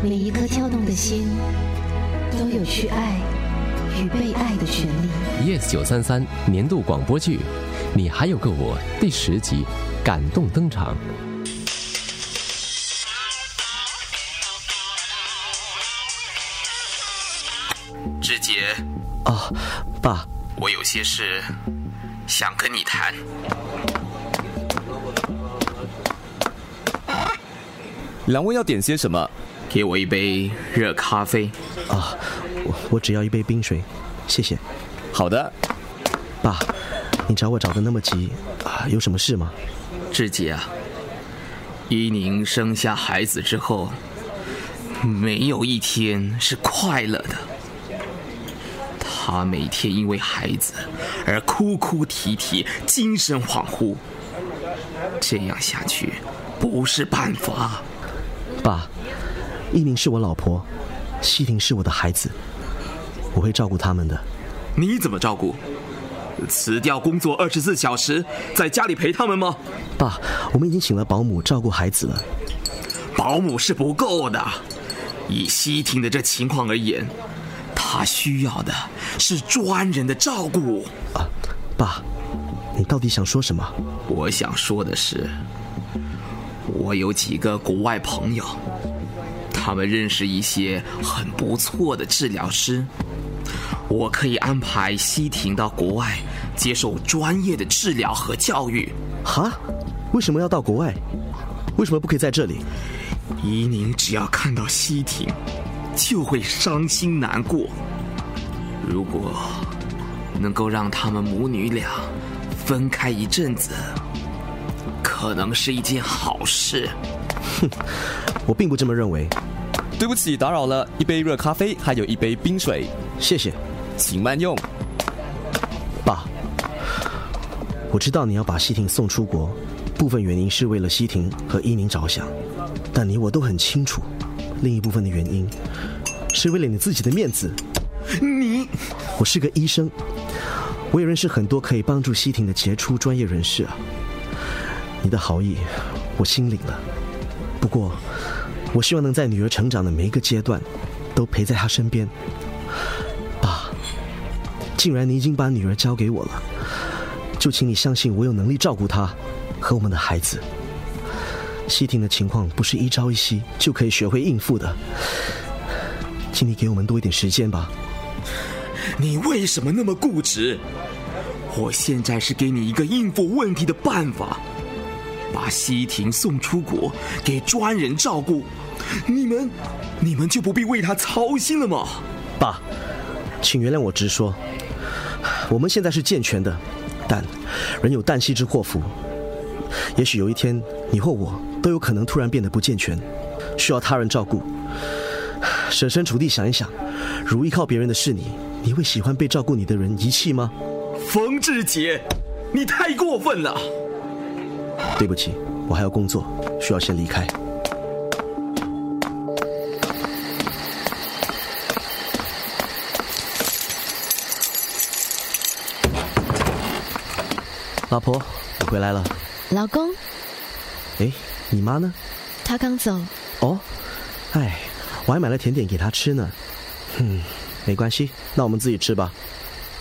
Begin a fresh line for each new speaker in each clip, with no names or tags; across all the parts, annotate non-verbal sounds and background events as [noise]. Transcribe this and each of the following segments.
每一颗跳动的心，都有去爱与被爱的权利。
Yes 九三三年度广播剧《你还有个我》第十集感动登场。
志杰，
啊，爸，
我有些事想跟你谈。
两位要点些什么？
给我一杯热咖啡。
啊，我我只要一杯冰水，谢谢。
好的，
爸，你找我找的那么急，啊，有什么事吗？
志杰啊，伊宁生下孩子之后，没有一天是快乐的。他每天因为孩子而哭哭啼啼，精神恍惚。这样下去不是办法。
爸，依宁是我老婆，西婷是我的孩子，我会照顾他们的。
你怎么照顾？辞掉工作二十四小时，在家里陪他们吗？
爸，我们已经请了保姆照顾孩子了。
保姆是不够的，以西婷的这情况而言，她需要的是专人的照顾。
啊，爸，你到底想说什么？
我想说的是，我有几个国外朋友，他们认识一些很不错的治疗师。我可以安排西婷到国外接受专业的治疗和教育。
哈？为什么要到国外？为什么不可以在这里？
怡宁只要看到西婷，就会伤心难过。如果能够让他们母女俩分开一阵子，可能是一件好事。
哼，我并不这么认为。
对不起，打扰了，一杯热咖啡，还有一杯冰水，
谢谢。
请慢用，
爸。我知道你要把西婷送出国，部分原因是为了西婷和伊宁着想，但你我都很清楚，另一部分的原因是为了你自己的面子。
你，
我是个医生，我也认识很多可以帮助西婷的杰出专业人士啊。你的好意，我心领了，不过，我希望能在女儿成长的每一个阶段，都陪在她身边。既然你已经把女儿交给我了，就请你相信我有能力照顾她和我们的孩子。西婷的情况不是一朝一夕就可以学会应付的，请你给我们多一点时间吧。
你为什么那么固执？我现在是给你一个应付问题的办法，把西婷送出国给专人照顾，你们，你们就不必为她操心了吗？
爸，请原谅我直说。我们现在是健全的，但人有旦夕之祸福。也许有一天，你或我都有可能突然变得不健全，需要他人照顾。设身处地想一想，如依靠别人的是你，你会喜欢被照顾你的人遗弃吗？
冯志杰，你太过分了！
对不起，我还要工作，需要先离开。老婆，我回来了。
老公，
哎，你妈呢？
她刚走。
哦，哎，我还买了甜点给她吃呢。嗯，没关系，那我们自己吃吧。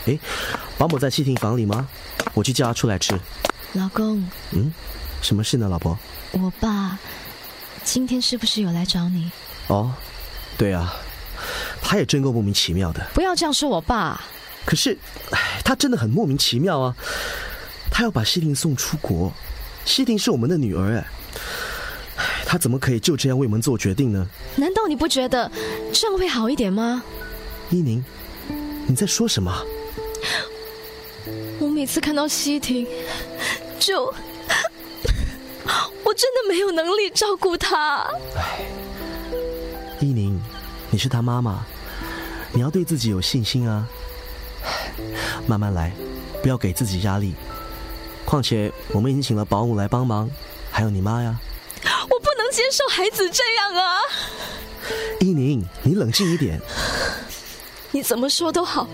哎，保姆在西婷房里吗？我去叫她出来吃。
老公，
嗯，什么事呢，老婆？
我爸今天是不是有来找你？
哦，对啊，他也真够莫名其妙的。
不要这样说我爸。
可是，哎，他真的很莫名其妙啊。他要把西婷送出国，西婷是我们的女儿哎，他怎么可以就这样为我们做决定呢？
难道你不觉得这样会好一点吗？
依宁，你在说什么？
我每次看到西婷，就 [laughs] 我真的没有能力照顾她。
依宁，你是他妈妈，你要对自己有信心啊。慢慢来，不要给自己压力。况且我们已经请了保姆来帮忙，还有你妈呀。
我不能接受孩子这样啊！
依宁，你冷静一点。
你怎么说都好，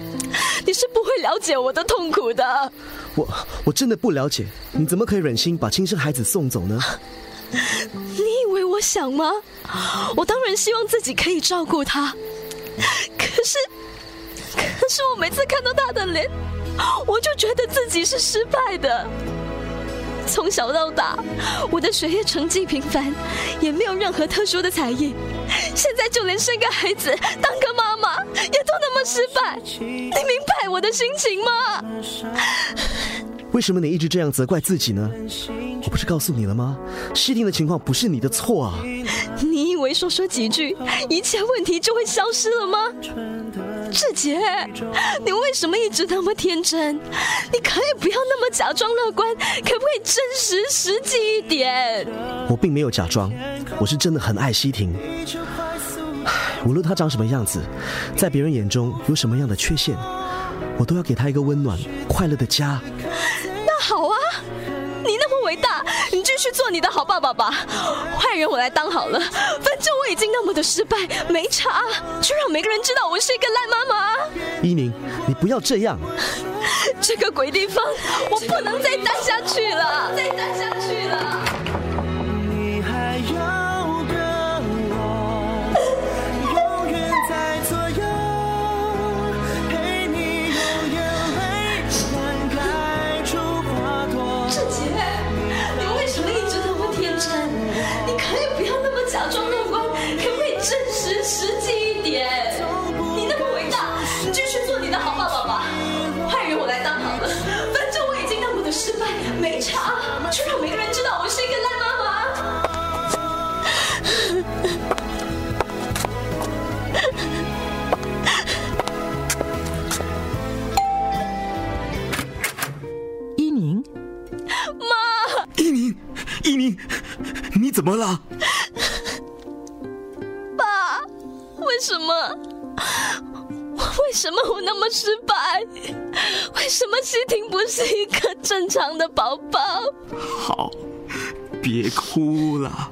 你是不会了解我的痛苦的。
我我真的不了解，你怎么可以忍心把亲生孩子送走呢？
你以为我想吗？我当然希望自己可以照顾他，可是，可是我每次看到他的脸，我就觉得自己是失败的。从小到大，我的学业成绩平凡，也没有任何特殊的才艺。现在就连生个孩子、当个妈妈，也都那么失败。你明白我的心情吗？
为什么你一直这样责怪自己呢？我不是告诉你了吗？失定的情况不是你的错啊！
你以为说说几句，一切问题就会消失了吗？志杰，你为什么一直那么天真？你可以不要那么假装乐观，可不可以真实实际一点？
我并没有假装，我是真的很爱西婷。唉无论她长什么样子，在别人眼中有什么样的缺陷，我都要给她一个温暖、快乐的家。
那好啊，你那么伟大，你继续做你的好爸爸吧。坏人我来当好了，反正我已经那么的失败，没差，就让每个人知道我是一个烂妈妈。
依宁，你不要这样。
这个鬼地方，我不能再待下去了，再待下去了。
你还要跟我永远在左右，陪你用眼泪灌溉出花朵。
志杰，你为什么一直那么天真？你可以不要那么假装乐观，可不可以真实实际一点？你那么伟大，你继续做你的好爸爸吧。坏人我来当好了，反正我已经那么的失败，没差，就让每个人知道我是一个烂妈妈。
依宁，
依宁，依宁，你怎么了？
爸，为什么？为什么我那么失败？为什么西婷不是一个正常的宝宝？
好，别哭了，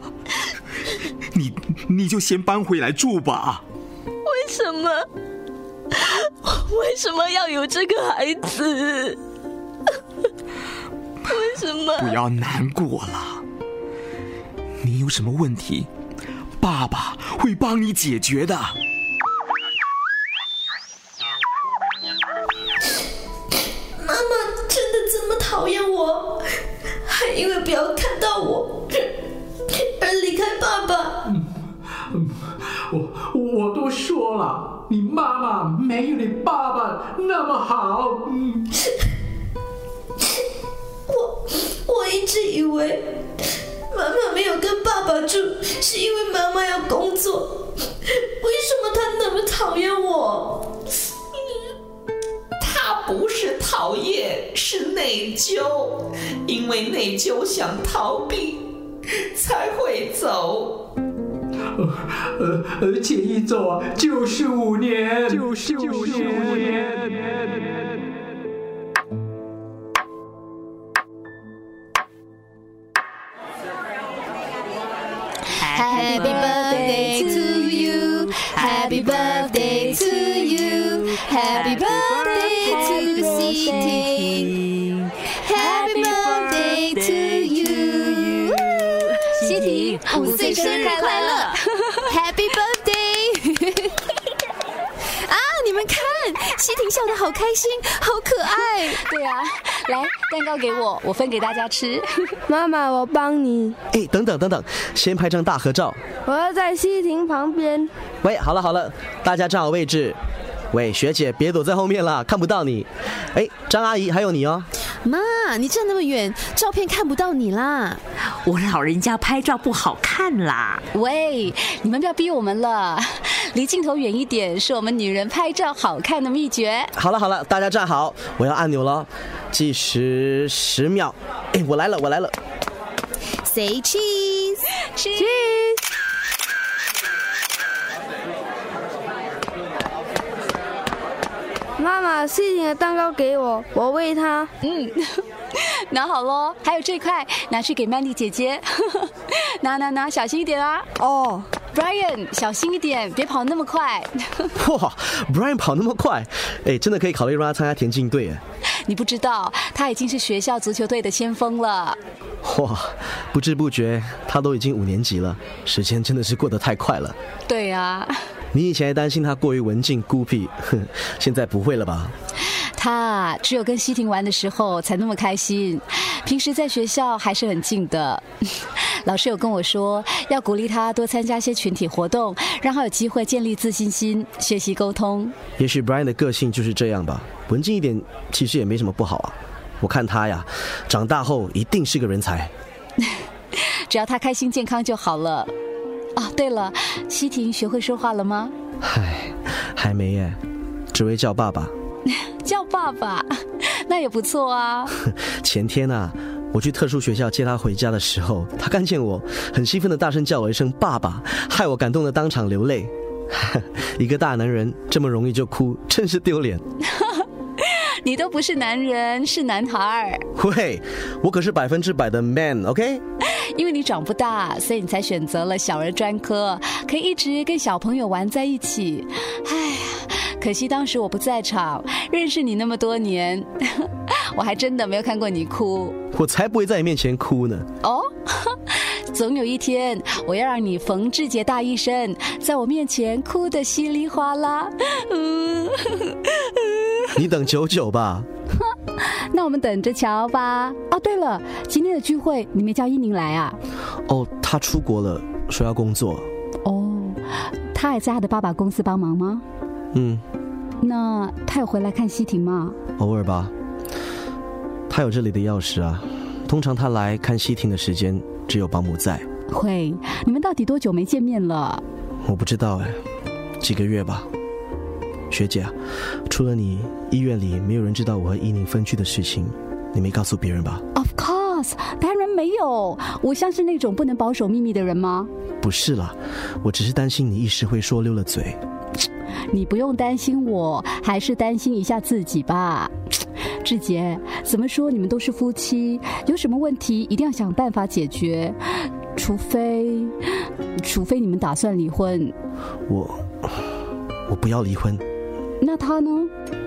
你你就先搬回来住吧。
为什么？ [laughs] 我为什么要有这个孩子？ [laughs] 为什么？
不要难过了，你有什么问题，爸爸会帮你解决的。
妈妈真的这么讨厌我，还因为不要看到我而离开爸爸。
我我都说了，你妈妈没有你爸爸那么好。嗯，
我我一直以为妈妈没有跟爸爸住，是因为妈妈要工作。为什么她那么讨厌我？ [laughs]
他不是讨厌，是内疚，因为内疚想逃避，才会走。
呃，而且一走就是五年，就是五年。
Happy birthday to you. Happy birthday to you. Happy birthday to Siting. Happy birthday to you. 西婷五岁生日快乐，Happy birthday！啊，你们 [laughs] 看，西婷笑得好开心，好可爱。
对啊，来，蛋糕给我，我分给大家吃。
妈妈，我帮你，
哎，等等等等，先拍张大合照。
我要在西亭旁边。
喂，好了好了，大家站好位置。喂，学姐，别躲在后面啦，看不到你。哎，张阿姨，还有你哦。
妈，你站那么远，照片看不到你啦。
我老人家拍照不好看啦。
喂，你们不要逼我们了，离镜头远一点是我们女人拍照好看的秘诀。
好了好了，大家站好，我要按钮了，计时十秒。哎，我来了，我来了。
Say cheese，cheese。
妈妈，西婷的蛋糕给我，我喂她。
嗯，拿好喽，还有这块，拿去给曼丽姐姐。 [laughs] 拿拿拿，小心一点啊！
哦、
oh,，Brian，小心一点，别跑那么快。 [laughs]
哇，Brian 跑那么快，哎，真的可以考虑让他参加田径队哎。
你不知道，他已经是学校足球队的先锋了。
哇，不知不觉他都已经五年级了，时间真的是过得太快了。
对啊，
你以前还担心他过于文静孤僻，哼，现在不会了吧？
他只有跟西婷玩的时候才那么开心，平时在学校还是很静的。 [laughs] 老师有跟我说，要鼓励他多参加些群体活动，让他有机会建立自信心，学习沟通。
也许 Brian 的个性就是这样吧，文静一点其实也没什么不好啊。我看他呀，长大后一定是个人才。
只要他开心健康就好了。啊，对了，西婷学会说话了吗？
唉，还没耶，只会叫爸爸。
叫爸爸， [laughs] 那也不错啊。
前天啊，我去特殊学校接他回家的时候，他看见我，很兴奋的大声叫我一声“爸爸”，害我感动的当场流泪。 [laughs] 一个大男人这么容易就哭，真是丢脸。
你都不是男人，是男孩。
喂，我可是百分之百的 man，OK？、Okay?
因为你长不大，所以你才选择了小儿专科，可以一直跟小朋友玩在一起。哎呀。可惜当时我不在场，认识你那么多年， [laughs] 我还真的没有看过你哭。
我才不会在你面前哭呢！
哦， [laughs] 总有一天我要让你缝志杰大医生在我面前哭得稀里哗啦。嗯，
你等九九吧。
那我们等着瞧吧。哦，对了，今天的聚会你没叫依宁来啊？
哦，他出国了，说要工作。
哦，他还在他的爸爸公司帮忙吗？
嗯，
那他有回来看西婷吗？
偶尔吧，他有这里的钥匙啊。通常他来看西婷的时间只有保姆在。
会，你们到底多久没见面了？
我不知道哎，几个月吧。学姐、啊，除了你，医院里没有人知道我和伊宁分居的事情，你没告诉别人吧
？Of course，当然没有。我像是那种不能保守秘密的人吗？
不是啦，我只是担心你一时会说溜了嘴。
你不用担心我，还是担心一下自己吧。志杰，怎么说你们都是夫妻，有什么问题一定要想办法解决，除非，除非你们打算离婚。
我，我不要离婚。
那他呢？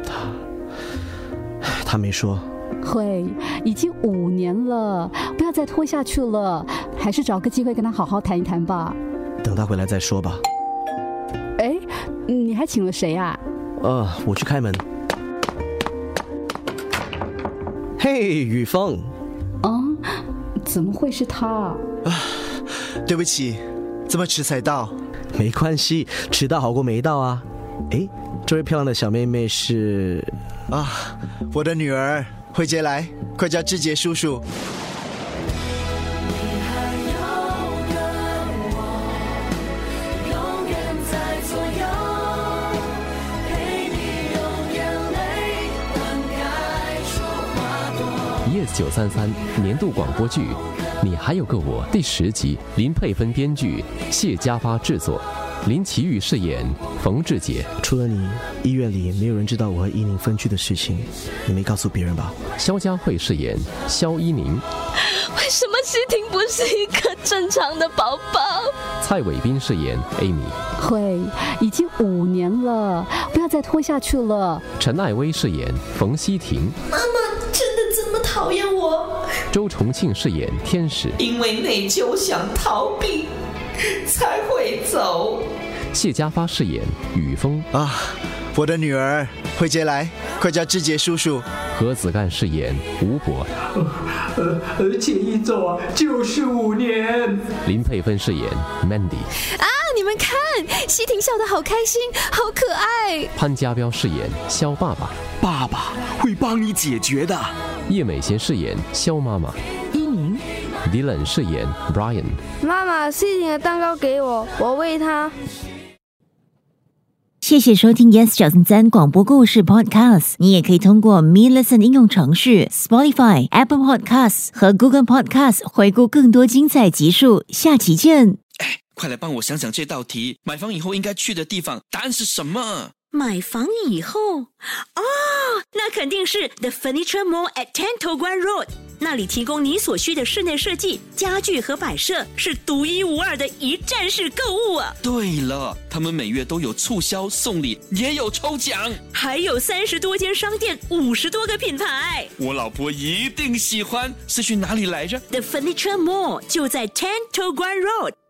他，他没说。
会，已经五年了，不要再拖下去了，还是找个机会跟他好好谈一谈吧。
等他回来再说吧。
哎，你还请了谁呀、
啊？呃，我去开门。嘿，雨峰。
啊？怎么会是他？啊，
对不起，这么迟才到。
没关系，迟到好过没到啊。哎，这位漂亮的小妹妹是……
啊，我的女儿慧杰来，快叫志杰叔叔。
yes 九三三年度广播剧《你还有个我》第十集，林佩芬编剧，谢家发制作，林奇玉饰演冯志杰。
除了你，医院里没有人知道我和依宁分居的事情，你没告诉别人吧？
肖佳慧饰演肖依宁。
为什么西婷不是一个正常的宝宝？
蔡伟斌饰演 Amy。
会，已经五年了，不要再拖下去了。
陈艾薇饰演冯希婷。
妈妈真的这么讨厌我？
周重庆饰演天使。
因为内疚想逃避，才会走。
谢家发饰演雨峰
啊，我的女儿慧杰来，快叫志杰叔叔。
何子干饰演吴博，
呃呃，且一走就是五年。
林佩芬饰演 Mandy
啊，你们看，西婷笑得好开心，好可爱。
潘家彪饰演肖爸爸，
爸爸会帮你解决的。
叶美贤饰演肖妈妈，
依宁。
Dylan 饰演 Brian，
妈妈，西婷的蛋糕给我，我喂她。
谢谢收听 Yes 九三三广播故事 Podcast。你也可以通过 Me Listen 应用程序、Spotify、Apple Podcasts 和 Google Podcasts 回顾更多精彩集数。下期见！
哎，快来帮我想想这道题，买房以后应该去的地方，答案是什么？
买房以后，哦，那肯定是 The Furniture Mall at Ten t o g u a n Road。那里提供你所需的室内设计、家具和摆设，是独一无二的一站式购物啊！
对了，他们每月都有促销、送礼，也有抽奖，
还有三十多间商店，五十多个品牌。
我老婆一定喜欢。是去哪里来着
？The Furniture Mall 就在 Ten t o g u a n Road。